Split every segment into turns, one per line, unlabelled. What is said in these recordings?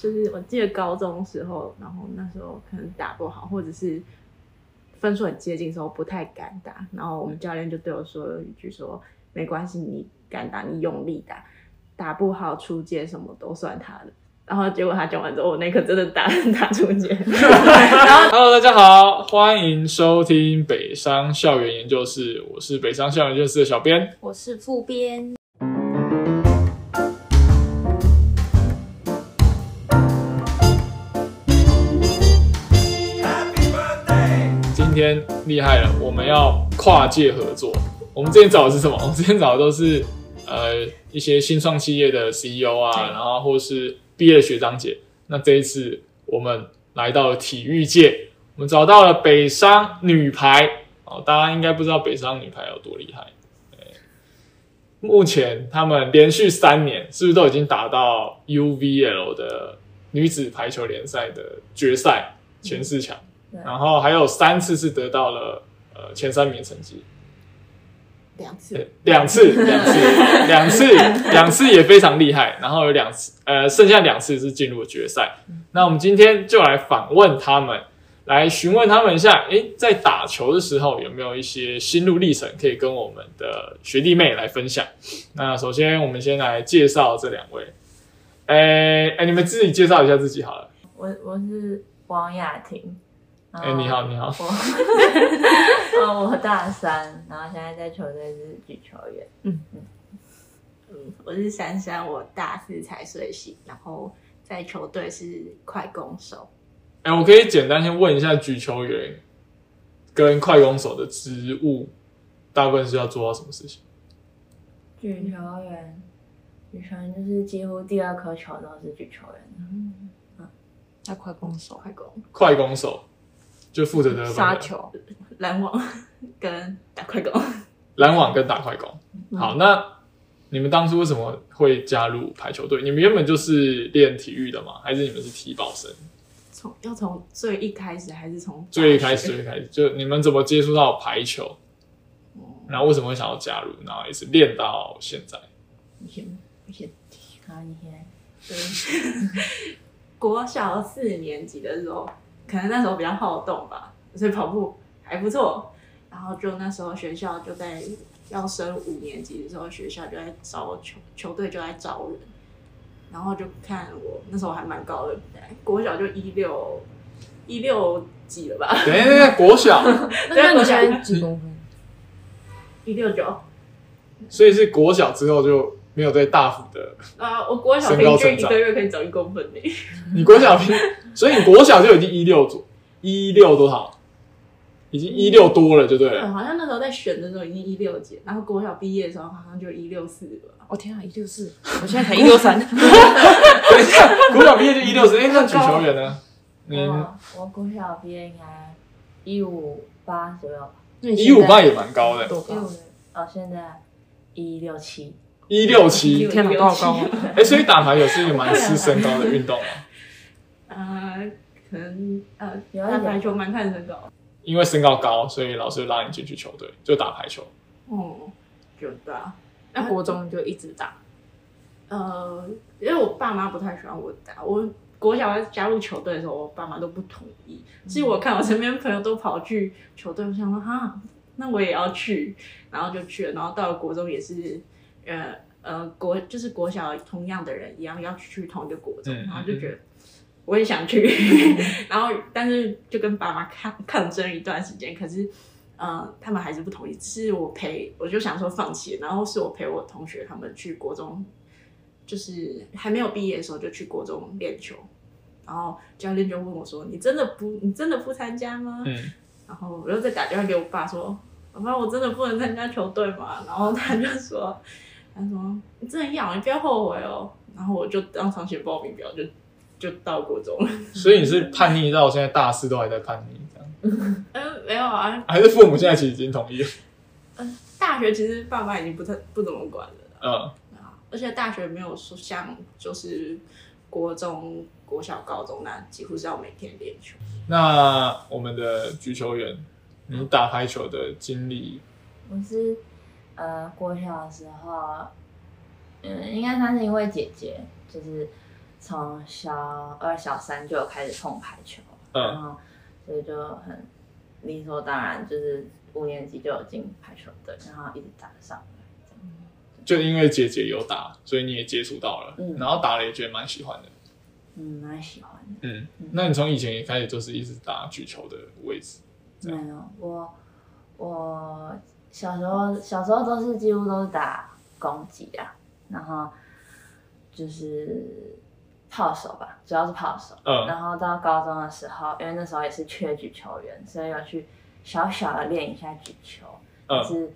就是我记得高中时候，然后那时候可能打不好，或者是分数很接近的时候不太敢打，然后我们教练就对我说一句说：“没关系，你敢打，你用力打，打不好出界什么都算他的。”然后结果他讲完之后，我那颗真的打 打出界，
Hello，大家好，欢迎收听北商校园研究室，我是北商校园研究室的小编。
我是副编，
嗯今天厉害了，我们要跨界合作。我们之前找的是什么？我们之前找的都是呃一些新创企业的 CEO 啊，然后或是毕业的学长姐。那这一次我们来到了体育界，我们找到了北商女排。哦，大家应该不知道北商女排有多厉害。对目前他们连续三年是不是都已经打到 UVL 的女子排球联赛的决赛前四强？
对
然后还有三次是得到了呃前三名成绩，
两次
对，两次，两次，两次，两次也非常厉害。然后有两次，呃，剩下两次是进入决赛。那我们今天就来访问他们，来询问他们一下，诶，在打球的时候有没有一些心路历程可以跟我们的学弟妹来分享？那首先我们先来介绍这两位，诶，诶，你们自己介绍一下自己好了。
我我是王雅婷。然
诶，
后
你。好，你好，
我，呃，
哦
我大三，然后现在在球队是举球员。
嗯，我是珊珊，我大四才睡醒，然后在球队是快攻手。
哎、我可以简单先问一下，举球员跟快攻手的职务，大部分是要做到什么事情？
举球员，举球员就是几乎第二颗球都是举球员的。
他快攻手，
快攻、
快攻手就负责得分的
杀、球，
拦网跟打快攻。
拦网跟打快攻。
嗯
好，那你们当初为什么会加入排球队？你们原本就是练体育的吗？还是你们是体保生？
从要从最一开始还是从
最一
大学
开始，最一开始，就你们怎么接触到排球？然后为什么会想要加入？然后也是练到现在。
以前以前
然后你现在
对国小四年级的时候，可能那时候比较好动吧，所以跑步还不错。然后就那时候学校就在要升五年级的时候，学校就在招球球队就在招人，然后就看我那时候还蛮高的，大概国小就一六一六几了吧，
等一下等一下，国小，
那你现
在几公分？
一六九。
所以是国小之后就没有再大幅的
啊，我国小
身高
平均
成
一
长
个月可以长一公分 呢、
你国小 平，所以你国小就已经一六左一六多少，已经一六多了，就对
对，
了。
好像那时候在选的时候已经一六几，然后国小毕业的时候好像就一六四了吧。
哦
我天啊，一六四，我现在才一六三，
等一下，国小毕业就一六十，哎，那举球员呢？嗯你
我我国小毕业应该一五八左右吧，
一五八也蛮高的，
多
一五
高？
哦，现在一六七，
一六七，
天哪，多少高 啊？
哎，所以打排球是一个蛮吃身高的运动啊，
呃，可能呃，
有一
打
点
排球蛮看身高，
因为身高高，所以老师拉你进去球队就打排球。哦
嗯，就对啊。
那国中就一直打，
呃，因为我爸妈不太喜啊欢我打，我国小要加入球队的时候，我爸妈都不同意。所以我看我身边朋友都跑去球队，我想说哈，那我也要去，然后就去了。然后到了国中也是，呃呃，国就是国小同样的人一样要去去同一个国中，
嗯
然后就觉得。我也想去， 然后但是就跟爸妈抗抗争一段时间，可是，呃，他们还是不同意。是我陪，我就想说放弃，然后是我陪我同学他们去国中，就是还没有毕业的时候就去国中练球，然后教练就问我说：“你真的不，你真的不参加吗？”
嗯，
然后我又再打电话给我爸说：“爸爸，我真的不能参加球队嘛？”然后他就说：“他说你真的要，你不要后悔哦。”然后我就当场写报名表，就就到国中了。
嗯所以你是叛逆到现在大四都还在叛逆，这样
嗯，没有啊，
还是父母现在其实已经同意了？
大学其实爸妈已经不太不怎么管了。
嗯，
而且大学没有说像就是国中、国小、高中那几乎是要每天练球。
那我们的举球员，你打排球的经历
我是呃国小的时候，嗯，应该算是因为姐姐，就是从小二、小三就有开始碰排球，然
嗯，
后所以就很理所当然，就是五年级就有进排球队，然后一直打上来。这样
就因为姐姐有打，所以你也接触到了，
嗯
然后打了也觉得蛮喜欢的。
嗯，蛮喜欢的。
嗯
嗯，
那你从以前也开始就是一直打举球的位置，这样
没有，我我小时候小时候都是几乎都是打攻击啊，然后就是炮手吧，主要是炮手。
嗯
然后到高中的时候，因为那时候也是缺举球员，所以有去小小的练一下举球，
嗯
就是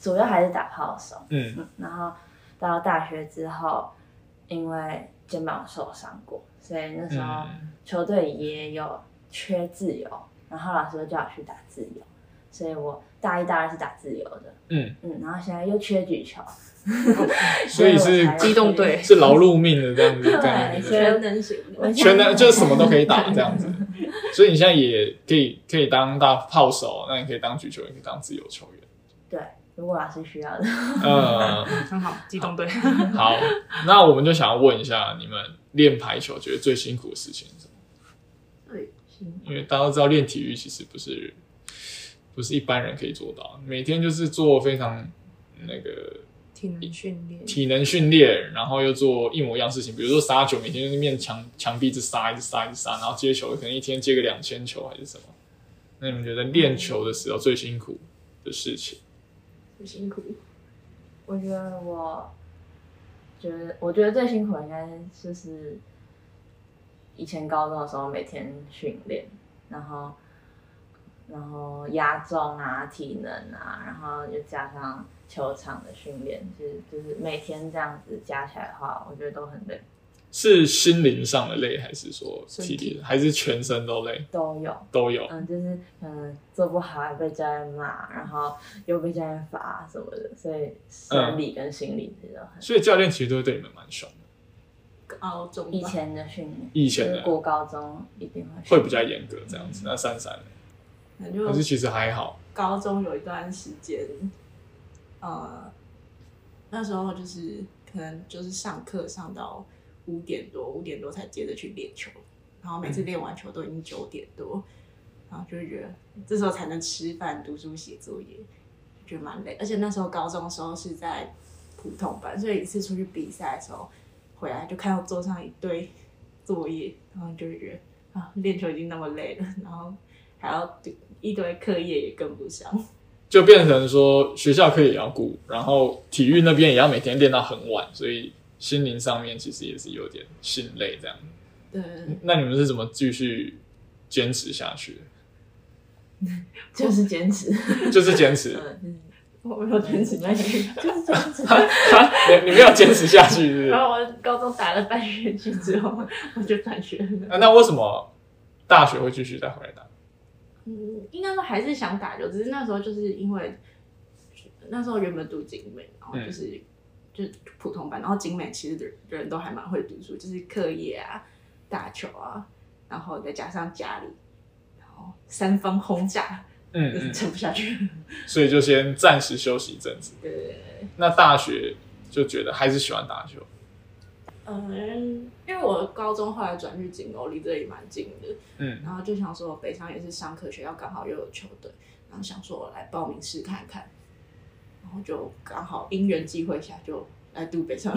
主要还是打炮手。
嗯
嗯，然后到大学之后，因为肩膀受伤过，所以那时候
嗯
球队也有缺自由，然后老师就叫我去打自由，所以我大一大二是打自由的，
嗯，
嗯，然后现在又缺 举球，
所以是
我才
机动队
是劳碌命的这样子，
对
这样子
所以
全能型的，
我
全能就是什么都可以打这样子，所以你现在也可以可以当大炮手，那你可以当举球，也可以当自由球员。
对，如果老师需要的，
嗯，
很好，机动队。
好，那我们就想要问一下，你们练排球觉得最辛苦的事情是什么？
对，
因为大家都知道练体育其实不是不是一般人可以做到，每天就是做非常那个
体能训练，
体能训练，然后又做一模一样事情，比如说杀球，每天就是面墙墙壁一直杀，一直杀，一直杀，然后接球可能一天接个两千球还是什么。那你们觉得练球的时候最辛苦的事情？
很辛苦。
我觉得我觉得我觉得最辛苦的应该就是以前高中的时候每天训练，然后然后压重啊、体能啊，然后又加上球场的训练，就是就是每天这样子加起来的话，我觉得都很累，
是心灵上的累，还是说
身
体
体
力，还是全身都累？
都有。
都有。
嗯，就是可能做不好还被教练骂，然后又被教练罚什么的，所以生理跟心理其实都很。
所以教练其实都会对你们蛮凶的，
高中吧
以前的训练，
以前
就
的
是过高中一定会训
会比较严格这样子。那珊
嗯
珊呢，
可能
可是
就
其实还好，
高中有一段时间，呃，那时候就是可能就是上课上到五点多，五点多才接着去练球，然后每次练完球都已经九点多，然后就会觉得这时候才能吃饭、读书、写作业，就觉得蛮累。而且那时候高中的时候是在普通班，所以一次出去比赛的时候回来就看到桌上一堆作业，然后就会觉得啊，练球已经那么累了，然后还要一堆课业也跟不上。
就变成说学校课也要顾，然后体育那边也要每天练到很晚，所以心灵上面其实也是有点心累这样。
对，
那你们是怎么继续坚持下去的？
就是坚持，
就是坚持，
嗯，
我没有坚持 下去。
就是坚持。
你你没有坚持下去是不是
然？后我高中打了半学期之后， 我就转学了。
啊那为什么大学会继续再回来打？
嗯，应该说还是想打球，只是那时候就是因为那时候原本读景美，然后就是、就普通班，然后景美其实人人都还蛮会读书，就是课业啊、打球啊，然后再加上家里，然后三方轰炸，
嗯
就是
嗯，
撑不下去。
所以就先暂时休息一阵子。
对。
那大学就觉得还是喜欢打球，
嗯，因为我高中后来转去锦欧，离这里蛮近的，
嗯
然后就想说，我北上也是上课，学校刚好又有球队，然后想说我来报名试看看，然后就刚好因缘际会下就来读北上。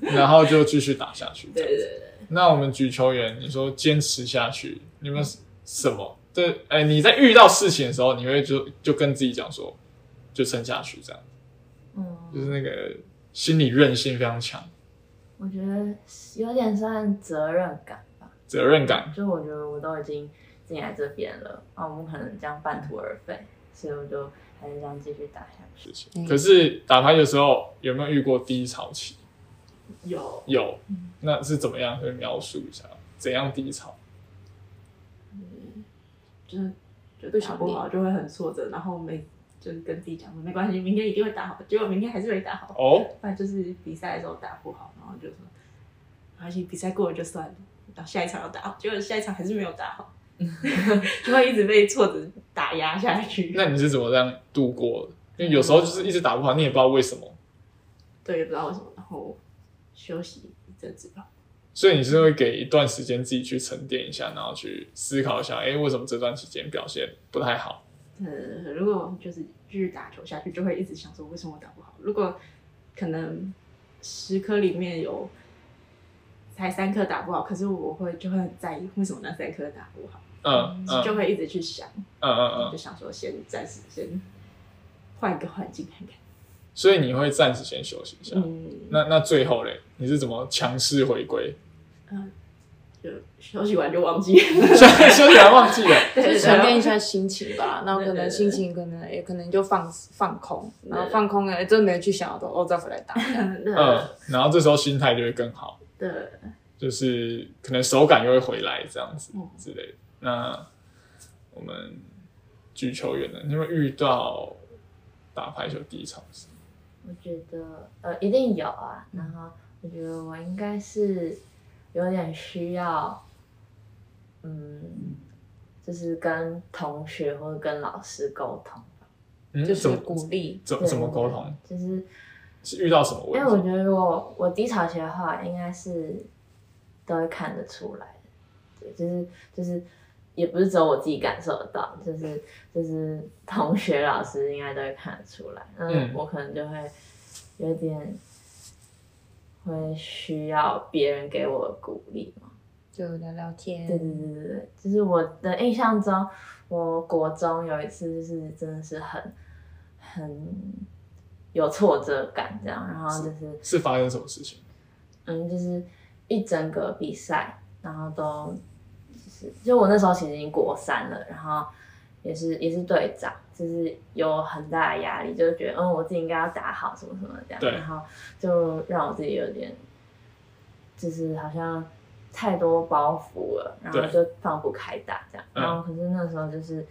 对
然后就继续打下去。这样
对对，
那我们举球员，你说坚持下去，你们什么？对，哎，你在遇到事情的时候，你会就就跟自己讲说，就撑下去，这样，就是
嗯，
那个心理韧性非常强，
我觉得有点算责任感吧，
责任感。
就我觉得我都已经进来这边了，啊，我不可能这样半途而废，所以我就还是这样继续打下去。
事情。
嗯
可是打牌的时候有没有遇过低潮期？
有
有，那是怎么样？可以描述一下，怎样低潮？
就是就打不好就会很挫折，然后没就是跟自己讲说没关系，明天一定会打好，结果明天还是没打好，
哦，
不然就是比赛的时候打不好，然后就说没关系，比赛过了就算了，然后下一场要打好，结果下一场还是没有打好，就会一直被挫折打压下去。
那你是怎么这样度过的？因为有时候就是一直打不好，你也不知道为什么，
对，也不知道为什么，然后休息一阵子吧。
所以你是会给一段时间自己去沉淀一下，然后去思考一下，哎、为什么这段期间表现不太好？
呃，如果就是继续打球下去，就会一直想说为什么我打不好。如果可能十颗里面有才三颗打不好，可是我会就会很在意为什么那三颗打不好，
嗯嗯
就会一直去想，
嗯嗯嗯
就，想说先暂时先换一个环境看看。
所以你会暂时先休息一下。
嗯，
那那最后嘞，你是怎么强势回归？
就休息完就忘 记了。
休休息还忘记了，
对
就
对
沉淀一
对，
下心情吧，然后可
对对
能
对
心情可能也可能就放放空，
对
然后放空了，真的没去想到哦，再回来打。
嗯
嗯，然后这时候心态就会更好，
对，
就是可能手感又会回来这样子
嗯
之类的。那我们举球员呢，你会遇到打排球低潮是吗
我觉得呃一定有啊，然后我觉得我应该是有点需要，嗯，就是跟同学或者跟老师沟通，
嗯，
就
怎么
是鼓励，
怎
对
怎么沟通？？
就是
是遇到什么
因为哎我
问题？
觉得如果我低潮期的话，应该是都会看得出来的，对，就是就是。也不是只有我自己感受得到，就是就是同学、老师应该都会看得出来。
嗯
嗯，我可能就会有点会需要别人给我的鼓励嘛。
就聊聊天，
对对对对对，就是我的印象中，我国中有一次就是真的是很很有挫折感这样，然后就是
是发生什么事情？
嗯，就是一整个比赛，然后都就是就我那时候其实已经国三了，然后也是也是队长，就是有很大的压力，就是觉得嗯我自己应该要打好什么什么这样，
对
然后就让我自己有点就是好像太多包袱了，然后
对
就放不开打这样，
嗯
然后可是那时候就是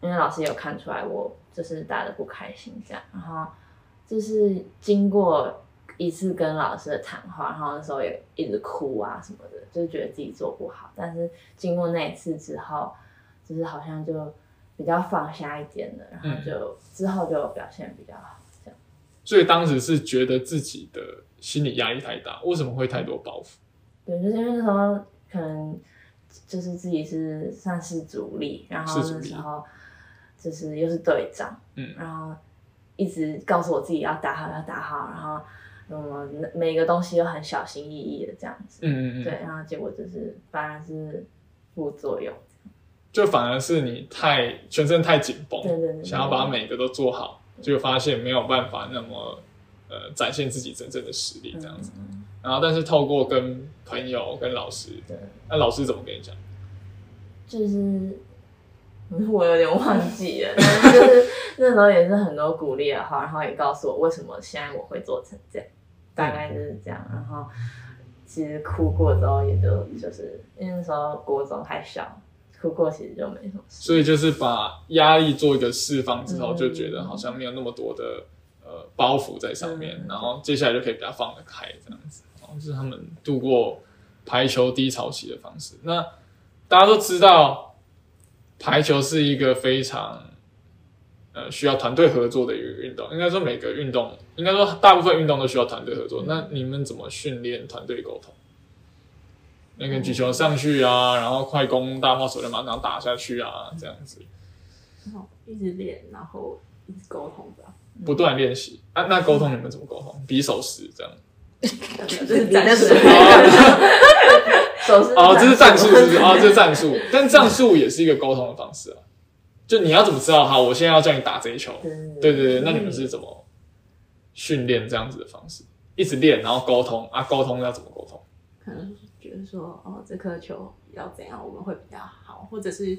因为老师有看出来我就是打的不开心这样，然后就是经过一次跟老师的谈话，然后那时候也一直哭啊什么的，就是觉得自己做不好。但是经过那一次之后，就是好像就比较放下一点了，然
嗯
后就、之后就表现比较好。这样
所以当时是觉得自己的心理压力太大，为什么会太多包袱？
对，就是因为那时候可能就是自己是算是主力，然后
是主
那
力
时候就是又是队长，
嗯
然后一直告诉我自己要打好，要打好，然后嗯，每个东西都很小心翼翼的这样子，
嗯嗯嗯，
对，，然后结果就是反而是副作用，
就反而是你太全身太紧绷，
对对对对
想要把每个都做好，就发现没有办法那么呃展现自己真正的实力这样子。
嗯
然后，但是透过跟朋友、跟老师，
对，
那老师怎么跟你讲？
就是嗯 我有点忘记了，但是就是那时候也是很多鼓励的话，然后也告诉我为什么现在我会做成这样，大概就是这样。然后其实哭过之后，也就就是因为那时候国中还小，哭过其实就没什么事。
所以就是把压力做一个释放之后，
嗯
就觉得好像没有那么多的呃包袱在上面，
嗯
然后接下来就可以比较放得开这样子。然后哦是他们度过排球低潮期的方式。那大家都知道，排球是一个非常呃需要团队合作的一个运动。应该说每个运动，应该说大部分运动都需要团队合作。那你们怎么训练团队沟通？那个举球上去啊，然后快攻大炮手就马上打下去啊，这样子
然后一直练，然后一直沟通吧。
不断练习啊。那沟通你们怎么沟通？比手势这样。
就是暂时，
手是
哦，这是战术，是不是？哦，这是战术，但战术也是一个沟通的方式啊。就你要怎么知道？好，我现在要叫你打这一球。
对
对对对，那你们是怎么训练这样子的方式？一直练，然后沟通啊，沟通要怎么沟通？
可能觉得说，哦，这颗球要怎样，我们会比较好，或者是，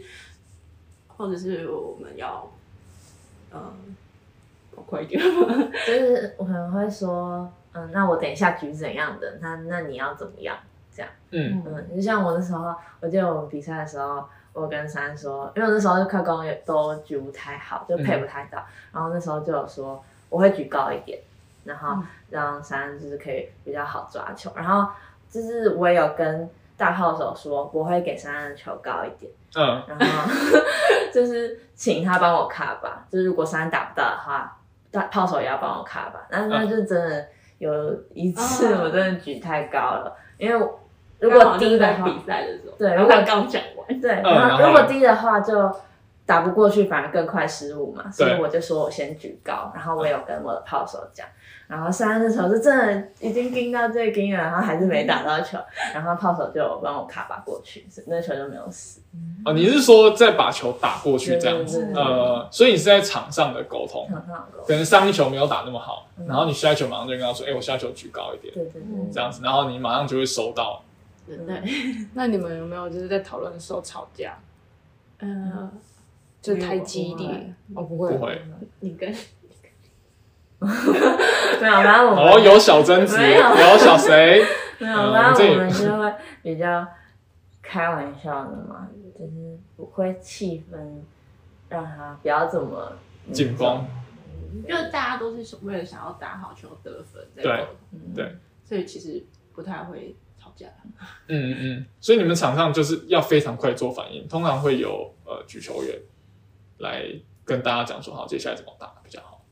或者是我们要，嗯，跑快一点。
嗯就是我可能会说，嗯，那我等一下举怎样的，那那你要怎么样？
嗯
嗯，
嗯，就像我那时候，我记得我们比赛的时候，我跟珊说，因为我那时候快攻也都举不太好，就配不太到，然后那时候就有说我会举高一点，然后让珊就是可以比较好抓球，然后就是我也有跟大炮手说我会给珊的球高一点，
嗯，
然后就是请他帮我卡吧，就是如果珊打不到的话，大炮手也要帮我卡吧，那那就真的有一次
嗯
我真的举太高了，因为如
刚
果
好就
低
是
的
在
话，
比赛的时候，
对
然后
如果
他刚讲完，
对，
嗯
然
然
后
后
如果低的话就打不过去，反而更快失误嘛。所以
对
我就说我先举高，然后我有跟我的炮手讲，然后三的时候是真的已经盯到最盯了，然后还是没打到球，然后炮手就有帮我卡把过去，所以那球就没有死。
哦，你是说再把球打过去这样子？
子
呃，所以你是在场上的沟通，
很好勾。
可能上一球没有打那么好，
嗯
然后你下一球马上就跟他说，哎、我下一球举高一点，
对对对
嗯，
这样子，然后你马上就会收到。
嗯
对，
那你们有没有就是在讨论的时候吵架，
呃，
嗯
就
没有
太激烈？哦，不会
不会
你跟
没有，然后我们
哦，有小争执，
没有
有小谁？
没
嗯
有，然后
这
我们就会比较开玩笑的嘛，就是不会气氛让他不要这么
紧绷。
就是大家都是为了想要打好球得分，在
对
斗
嗯
对
所以其实不太会吵架。
嗯嗯嗯，所以你们场上就是要非常快做反应，通常会有呃举球员来跟大家讲说，好，接下来怎么打比较好。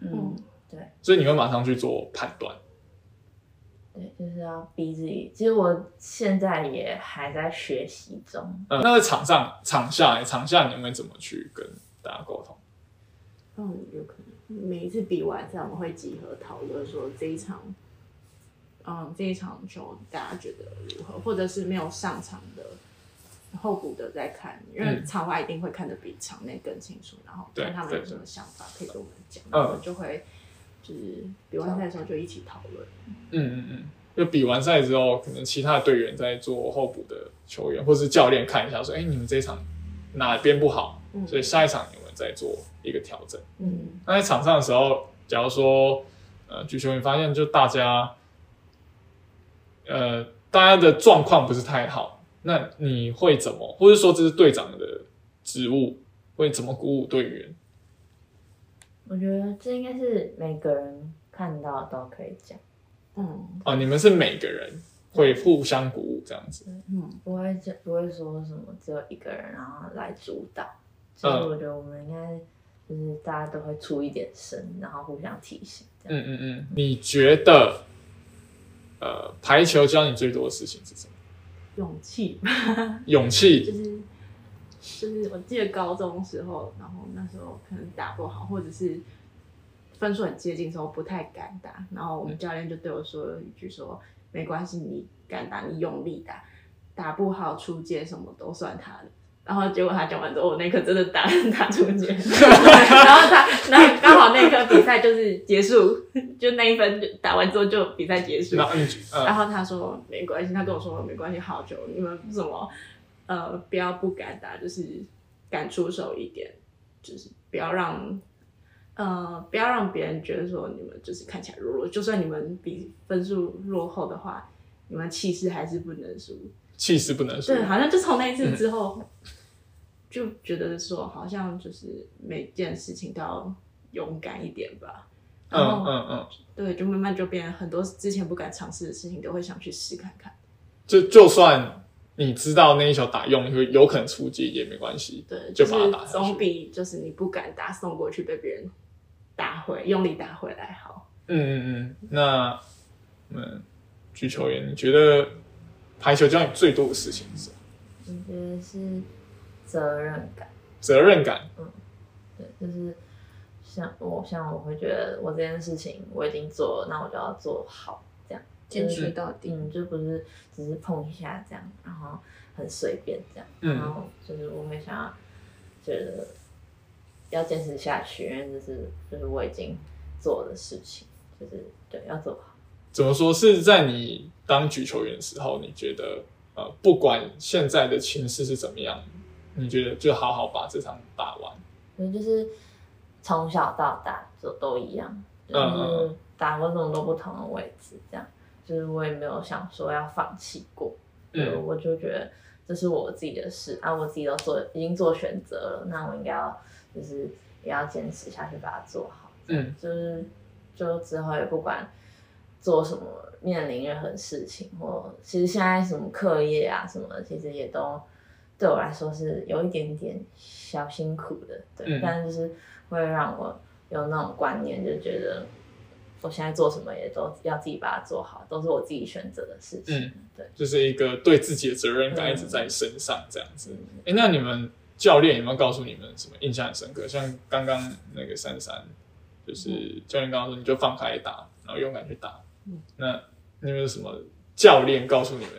嗯
嗯，
所以你会马上去做判断。
对，就是要逼自己。其实我现在也还在学习中，
嗯，那在场上、场下、场下你们会怎么去跟大家沟通？
嗯，有可能每一次比完赛，我们会集合讨论说这一场，嗯，这一场球大家觉得如何，或者是没有上场的后补的在看，因为
嗯
场外一定会看得比场内更清楚，然后
对
看他们
对
有什么想法可以跟我们讲，
嗯
然后就会就是比完赛的时候就一起讨论。
嗯嗯嗯，就比完赛之后，可能其他的队员在做候补的球员或是教练看一下，说，哎、你们这一场哪边不好，
嗯
所以下一场你们再做一个调整。
嗯，
那在场上的时候，假如说呃举球员发现就大家呃大家的状况不是太好，那你会怎么，或者说这是队长的职务，会怎么鼓舞队员？
我觉得这应该是每个人看到都可以讲，
嗯
哦，你们是每个人会互相鼓舞这样子。
嗯，
不会这不会说什么只有一个人然后来主导。所以
嗯
我觉得我们应该就是大家都会出一点声，然后互相提醒。这样
嗯嗯嗯，你觉得呃排球教你最多的事情是什么？
勇气
勇
就
气。
是就是我记得高中时候，然后那时候可能打不好，或者是分数很接近的时候不太敢打，然后我们教练就对我说了一句说：“没关系，你敢打，你用力打，打不好出界什么都算他的。”然后结果他讲完之后，我那一刻真的打 打出界，然后他，然后刚好那一刻比赛就是结束，就那一分就打完之后就比赛结束。
那你
然
呃
后他说没关系，他跟我说没关系，好久你们怎么呃不要不敢打，就是敢出手一点，就是不要让呃不要让别人觉得说你们就是看起来弱弱，就算你们比分数落后的话，你们气势还是不能输。
气势不能输
对，。好像就从那一次之后，就觉得说好像就是每件事情都要勇敢一点吧。
嗯
然后
嗯嗯，
对，就慢慢就变很多之前不敢尝试的事情都会想去试看看。
就就算你知道那一球打用，有有可能出界也没关系。
对，
就是把它打下去
总比就是你不敢打送过去被别人打回，用力打回来好。
嗯嗯嗯，那嗯，举球员，你觉得排球教你最多的事情是什么？
我觉得是责任感。
责任感。
对，就是像我像我会觉得我这件事情我已经做了，那我就要做好，这样
坚持到底。
嗯，就不是只是碰一下这样，然后很随便这样，
嗯
然后就是我会想要觉得要坚持下去，因为这是就是我已经做的事情，就是对要做好。
怎么说是在你当举球员的时候，你觉得呃，不管现在的情势是怎么样，你觉得就好好把这场打完。
所以就是从小到大就都一样，就
嗯嗯
是打过这么多不同的位置，这样就是我也没有想说要放弃过，嗯，
嗯
我就觉得这是我自己的事啊，我自己都做已经做选择了，那我应该要就是也要坚持下去把它做好，
嗯
就是就之后也不管做什么，面临任何事情，或其实现在什么课业啊什么的，其实也都对我来说是有一点点小辛苦的，对，
嗯
但就是会让我有那种观念，就觉得我现在做什么也都要自己把它做好，都是我自己选择的事情。
嗯
对，
就是一个对自己的责任感
嗯
一直在身上这样子。
嗯
哎、那你们教练有没有告诉你们什么印象很深刻？像刚刚那个珊珊，就是教练刚刚说你就放开打，然后勇敢去打。那你们有什么教练告诉你们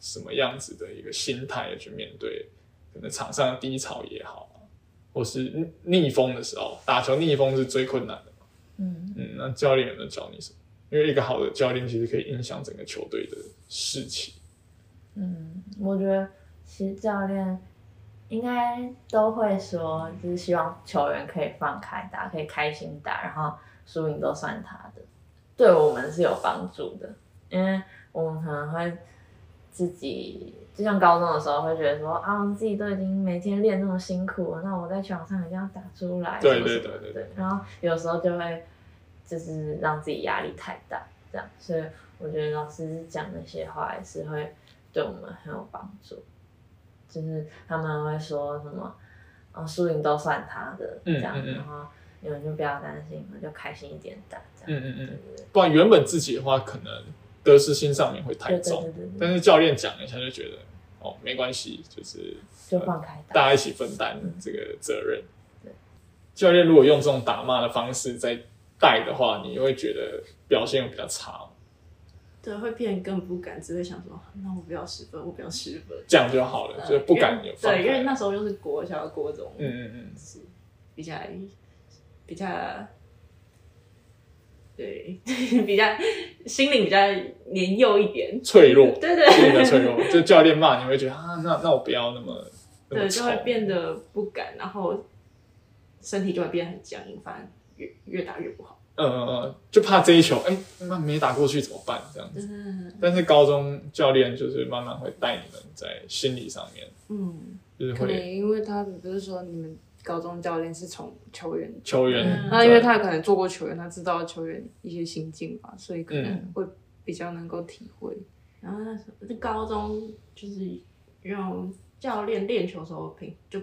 什么样子的一个心态去面对可能场上的低潮也好啊，或是逆逆风的时候，打球逆风是最困难的嘛。
嗯，
嗯，那教练有没有教你什么？因为一个好的教练其实可以影响整个球队的士气。
嗯，我觉得其实教练应该都会说，就是希望球员可以放开打，可以开心打，然后输赢都算他的，对我们是有帮助的，因为我们可能会自己。就像高中的时候会觉得说啊，我自己都已经每天练那么辛苦了，那我在球场上一定要打出来。
对
什么
对
什么
对对
对。然后有时候就会就是让自己压力太大，这样，所以我觉得老师讲那些话也是会对我们很有帮助。就是他们会说什么，啊，输赢都算他的这
嗯
样，
嗯嗯
然后你们就不要担心，你们就开心一点打这样。
嗯嗯嗯
对对对
不然原本自己的话，可能得失心上面会太
对对
重
对，对对，
但是教练讲了一下就觉得哦没关系，就是
就放开打。
大家一起分担这个责任
对。
教练如果用这种打骂的方式在带的话，你会觉得表现比较差吗，
对，会变得更不敢，只会想说，那我不要十分，我不要十分，
这样就好了， 就是不敢有放
嗯
开
对，因为那时候就是国小、国中，
嗯嗯嗯，
是比较比较，对， 比较心灵比较年幼一点，
脆弱，
对对
自己的脆弱，就教练骂你会觉得啊，那那我不要那么那么
对，就会
冲
变得不敢，然后身体就会变得很僵硬，反而越越打越不好。
嗯嗯嗯，就怕这一球，哎、那没打过去怎么办？这样子。
嗯
但是高中教练就是慢慢会带你们在心理上面，
嗯，
就是
可能
会
因为他不是说你们高中教练是从球员，
球员，
嗯
啊那因为他可能做过球员，他知道球员一些心境吧，所以可能
嗯
会比较能够体会。
然后那时候那高中就是用教练练球的时候，平就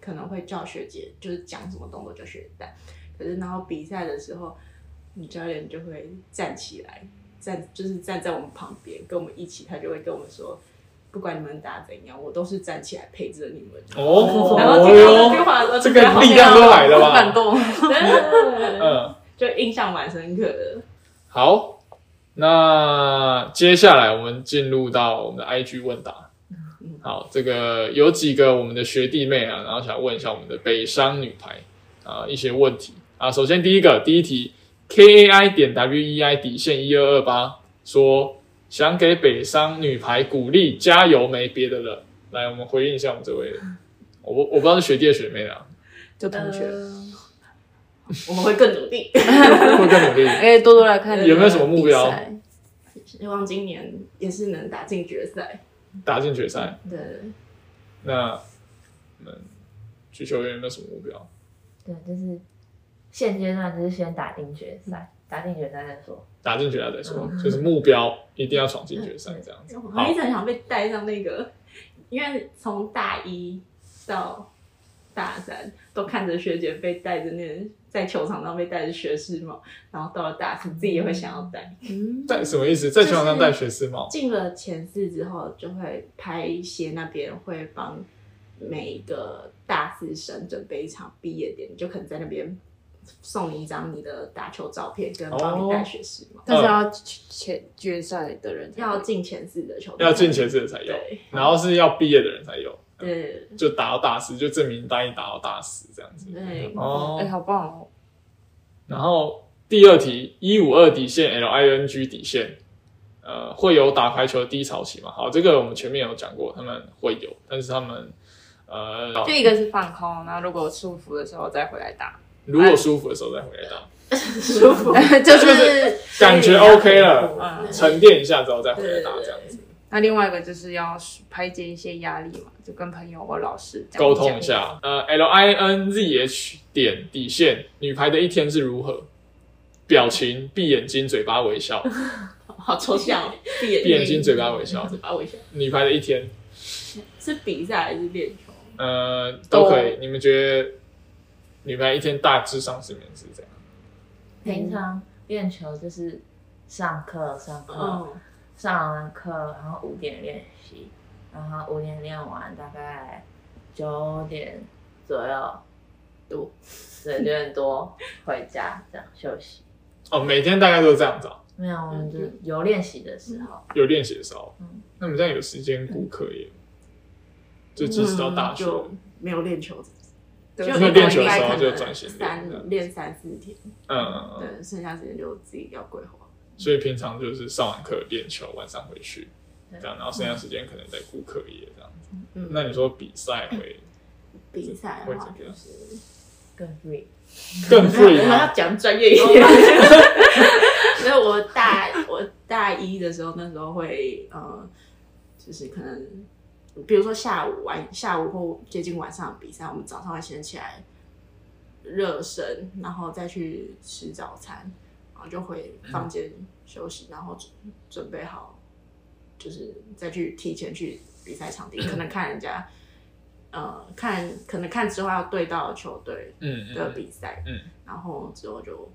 可能会叫学姐，就是讲什么动作叫学姐带。可是然后比赛的时候，你教练就会站起来，站就是站在我们旁边，跟我们一起，他就会跟我们说。不管你们打怎样，我都是站起来陪着你们。
哦，
然后听到这句话的时候，
这
就
个
觉得好
力量都来了
很 感
吧？
动，
对
嗯，
就印象蛮深刻的。
好，那接下来我们进入到我们的 IG 问答。好，这个有几个我们的学弟妹啊，然后想问一下我们的北商女排啊、一些问题啊。首先第一个第一题，K A I 点 W E I 底线一二二八说想给北商女排鼓励，加油，没别的了。来，我们回应一下我们这位，我不我不知道是学弟还是学妹啊，
就同学。
我们会更努力，
会更努力。
哎，多多来看你
有没有什么目
比
标
赛
希望今年也是能打进决赛。
打进决赛。
对，
那我们举球员有没有什么目标？
对，就是现阶段就是先打进决赛，打进决赛再说。
打进决赛再说，就是目标一定要闯进决赛这样子。
我
好
还一直很想被带上那个，因为从大一到大三都看着学姐被带着那在球场上被带着学士帽，然后到了大四自己也会想要戴。
嗯，
戴什么意思？在球场上戴学士帽？
进了前四之后，就会拍协那边会帮每一个大四生准备一场毕业典礼，就可能在那边送你一张你的打球照片，跟帮你带学士帽。
嗯
但是要前决赛的人才
要进前四的球队，
要进前四的才有，嗯
对
然后是要毕业的人才有，
对
就打到大师，就证明大一打到大师这样子。
对，
哦
哎，，好棒哦！
然后第二题一五二底线 L I N G 底线，呃，会有打排球的低潮期吗？好，这个我们前面有讲过，他们会有，但是他们呃，
就一个是放空，然后如果舒服的时候再回来打，
如果舒服的时候再回来打，
舒服。
就
就是感觉 OK 了，
嗯，
沉淀一下之后再回来哦打这样子，
那另外一个就是要排解一些压力嘛，就跟朋友或老师这样
沟通一
讲。
下。呃，L I N Z H 点底线，女排的一天是如何？表情，闭眼睛，嘴巴微笑，
好抽象 哦，闭眼
闭眼睛，嘴巴微笑，
嘴巴微笑，
女排的一天，
是比赛还是练球？
呃，都可以。
都
你们觉得女排一天大致上是面是怎样？
平常练球就是上课上课、
嗯，
上完课，然后五点练习，然后五点练完大概九点左右
多，
对，九点多回家这样休息。
哦，每天大概都是这样子、啊，
没有，我们就有练习的时候，
有练习的时候
嗯。
那么这样有时间顾课业吗，就即使到大
嗯
学，
就没有练球，
对
就
那练球的
一个礼拜
时候
可能
就转型练
三练三四天，
嗯嗯嗯，
对，剩下时间就自己要规划。
所以平常就是上完课练球，晚上回去，
对
这样，然后剩下时间可能在顾课业这样子。
嗯，
那你说比赛会
比赛的话
会怎么
就
样
是
更 free。
更
我
free
们
吗
要？讲专业一点。 所以我大我大一的时候，那时候会呃，就是可能比如说下午晚下午或接近晚上的比赛，我们早上会先起来热身，然后再去吃早餐，然后就回房间休息，然后准准备好，就是再去提前去比赛场地，可能看人家。呃，看可能看之后要对到的球队，
嗯
的
嗯，
比赛，
嗯
然后之后就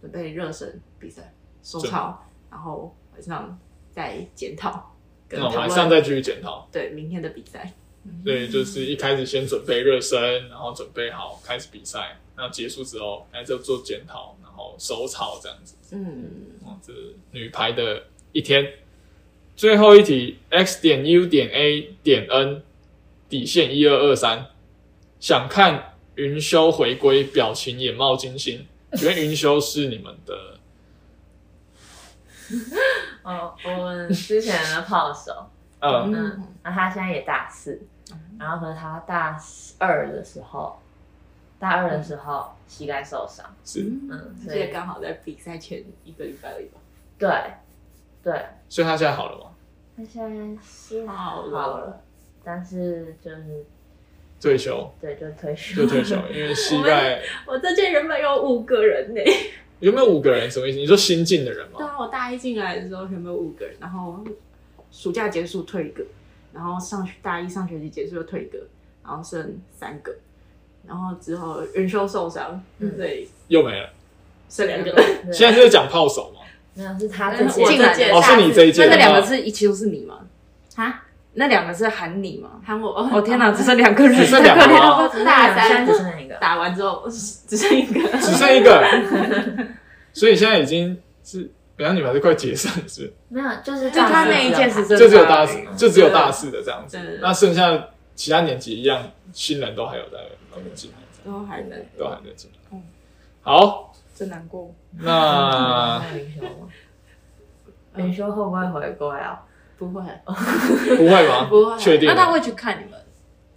准备热身比赛、收操，然后晚上再检讨跟
那
讨
我
论、
晚上再继续检讨。
对明天的比赛，
所以就是一开始先准备热身，然后准备好开始比赛，然后结束之后，还是要做检讨，然后收操这样子。
嗯，
哦，这是女排的一天。最后一题，x 点 u 点 a 点 n 底线一二二三，想看云修回归，表情眼冒金星。请问云修是你们的
哦，我们之前的炮手，
呃
嗯，那他现在也大四，然后和他大二的时候，大二的时候膝盖受伤，
是，
嗯，所
所以
以
刚好在比赛前一个礼拜而已吧，
对对，
所以他现在好了吗？
他现在是
好了
好了，但是就是
退休
对，就退休
就退 休，因为膝盖
我这届原本有五个人呢、
有没有五个人什么意思？你说新进的人
对
吗？
啊，我大一进来的时候原本五个人，然后暑假结束退一个，然后上学大一上学期结束又退一个，然后剩三个，然后之后元修受伤，
嗯
所以
又没了。
剩两个。
对
现在就是讲炮手嘛，
没有是他
但
自
是
己
我
进来
这
的
届
哦是你这一届
那那两
哦
个字一起都是你吗？
啊，
那两个是喊你吗？
喊我
哦天哪，只剩两个 人，
只剩两个人
太可怜了
哦大
现在
三
只剩一个，
打完之后只剩一个，
只剩一个， 所以现在已经是，比方你们还是快解散是不是？
没有就是
就他那一届只
是
剩
就只有大
他
四，就只有大四的这样子
对对。对
那剩下其他年级一样，新人都还有在慢慢进来，这样
都还能
都还在进来
嗯。
好，
真难过。
那
元修吗？元修会不会回归啊？
不会，
不会吗？
不会
确定啊
那
吗？
他会去看你们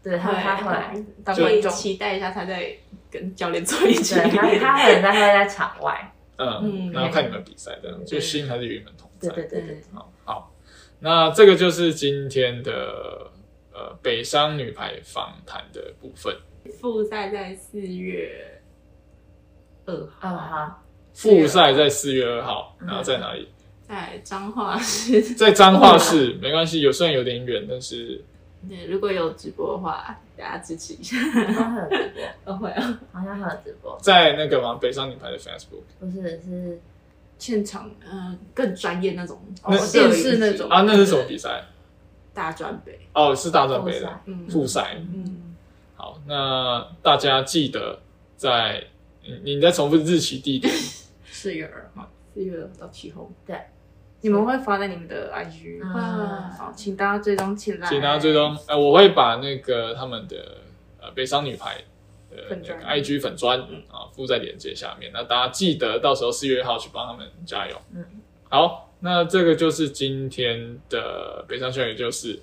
对他他会。
当
就
观
会
众？
期待一下他在跟教练坐一起。
对他，他可能在会在场 外。
嗯，
嗯
然后看你们比赛这样，就新还是与你们同
对
在。
对对对，
好，好，那这个就是今天的呃北商女排访谈的部分。
复赛在四月二
哦
号，
嗯好，
复赛在四月二号，
嗯
然后在哪里？
在彰化市。
在彰化市，没关系，有虽然有点远，但是
对，如果有直播的话，大家支持一下。
好像还有直 播，
哦，会啊，
好像还有直播，
在那个嘛北商女排的 Facebook
不是是
现场嗯更专业那种，
那
摄影
哦电视那种
啊，那是什么比赛？
大专杯，
哦，是大专
复
杯
赛
的，
嗯
复赛。
嗯，
好，那大家记得在你你再重复日期地点，
四月二号，
四月到七号，
你们会发在你们的 IG，
嗯
哇，
好，请大家追踪起来。
请大家追踪。呃，我会把那个他们的呃北商女排的那
粉
个
专
IG 粉砖啊附在链接下面，那大家记得到时候四月一号去帮他们加油。
嗯，
好，那这个就是今天的北上圈，也就是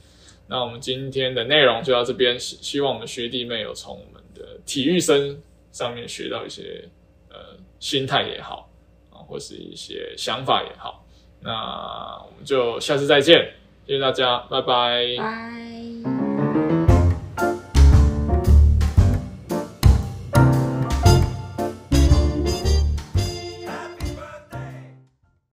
那我们今天的内容就到这边，希希望我们学弟妹有从我们的体育生上面学到一些呃心态也好啊，或是一些想法也好。那我们就下次再见，谢谢大家，拜拜
拜。